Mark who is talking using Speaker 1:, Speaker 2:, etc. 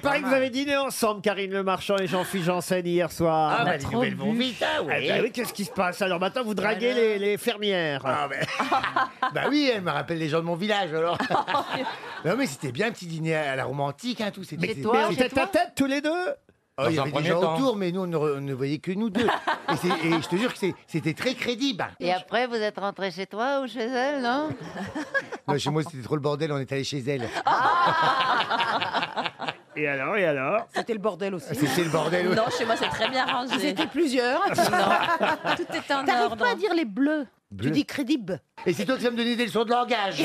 Speaker 1: paraît que vous avez dîné ensemble, Karine Le Marchand et Jean-Philippe Janssen hier soir.
Speaker 2: Ah, bah, les nouvelles vont vite, ah
Speaker 1: Ah,
Speaker 2: oui.
Speaker 1: bah oui, qu'est-ce qui se passe Alors maintenant, vous draguez les, les fermières.
Speaker 2: Ah, ben- bah Oh, oui, elle me rappelle les gens de mon village alors. non mais c'était bien un petit dîner à la romantique, hein, tout. C'était.
Speaker 3: Chez
Speaker 1: Mais
Speaker 3: toi,
Speaker 1: en
Speaker 3: chez
Speaker 1: tête à
Speaker 3: toi
Speaker 1: tête, tous les deux
Speaker 2: Oh, il y
Speaker 4: Dans un
Speaker 2: avait des
Speaker 4: premier
Speaker 2: gens
Speaker 4: temps.
Speaker 2: autour, mais nous on ne, re- on ne voyait que nous deux. et, c'est- et je te jure que c'est- c'était très crédible.
Speaker 3: Et après, vous êtes rentré chez toi ou chez elle, non
Speaker 2: Non, chez moi c'était trop le bordel, on est allé chez elle.
Speaker 1: Et alors, et alors
Speaker 5: C'était le bordel aussi.
Speaker 2: C'était le bordel. ouais.
Speaker 6: Non, chez moi, c'est très bien rangé.
Speaker 5: Ils étaient plusieurs.
Speaker 6: Tout est en
Speaker 5: T'arrives
Speaker 6: ordre.
Speaker 5: pas à dire les bleus. Tu dis crédible.
Speaker 2: Et c'est toi qui vas me donner des leçons de langage.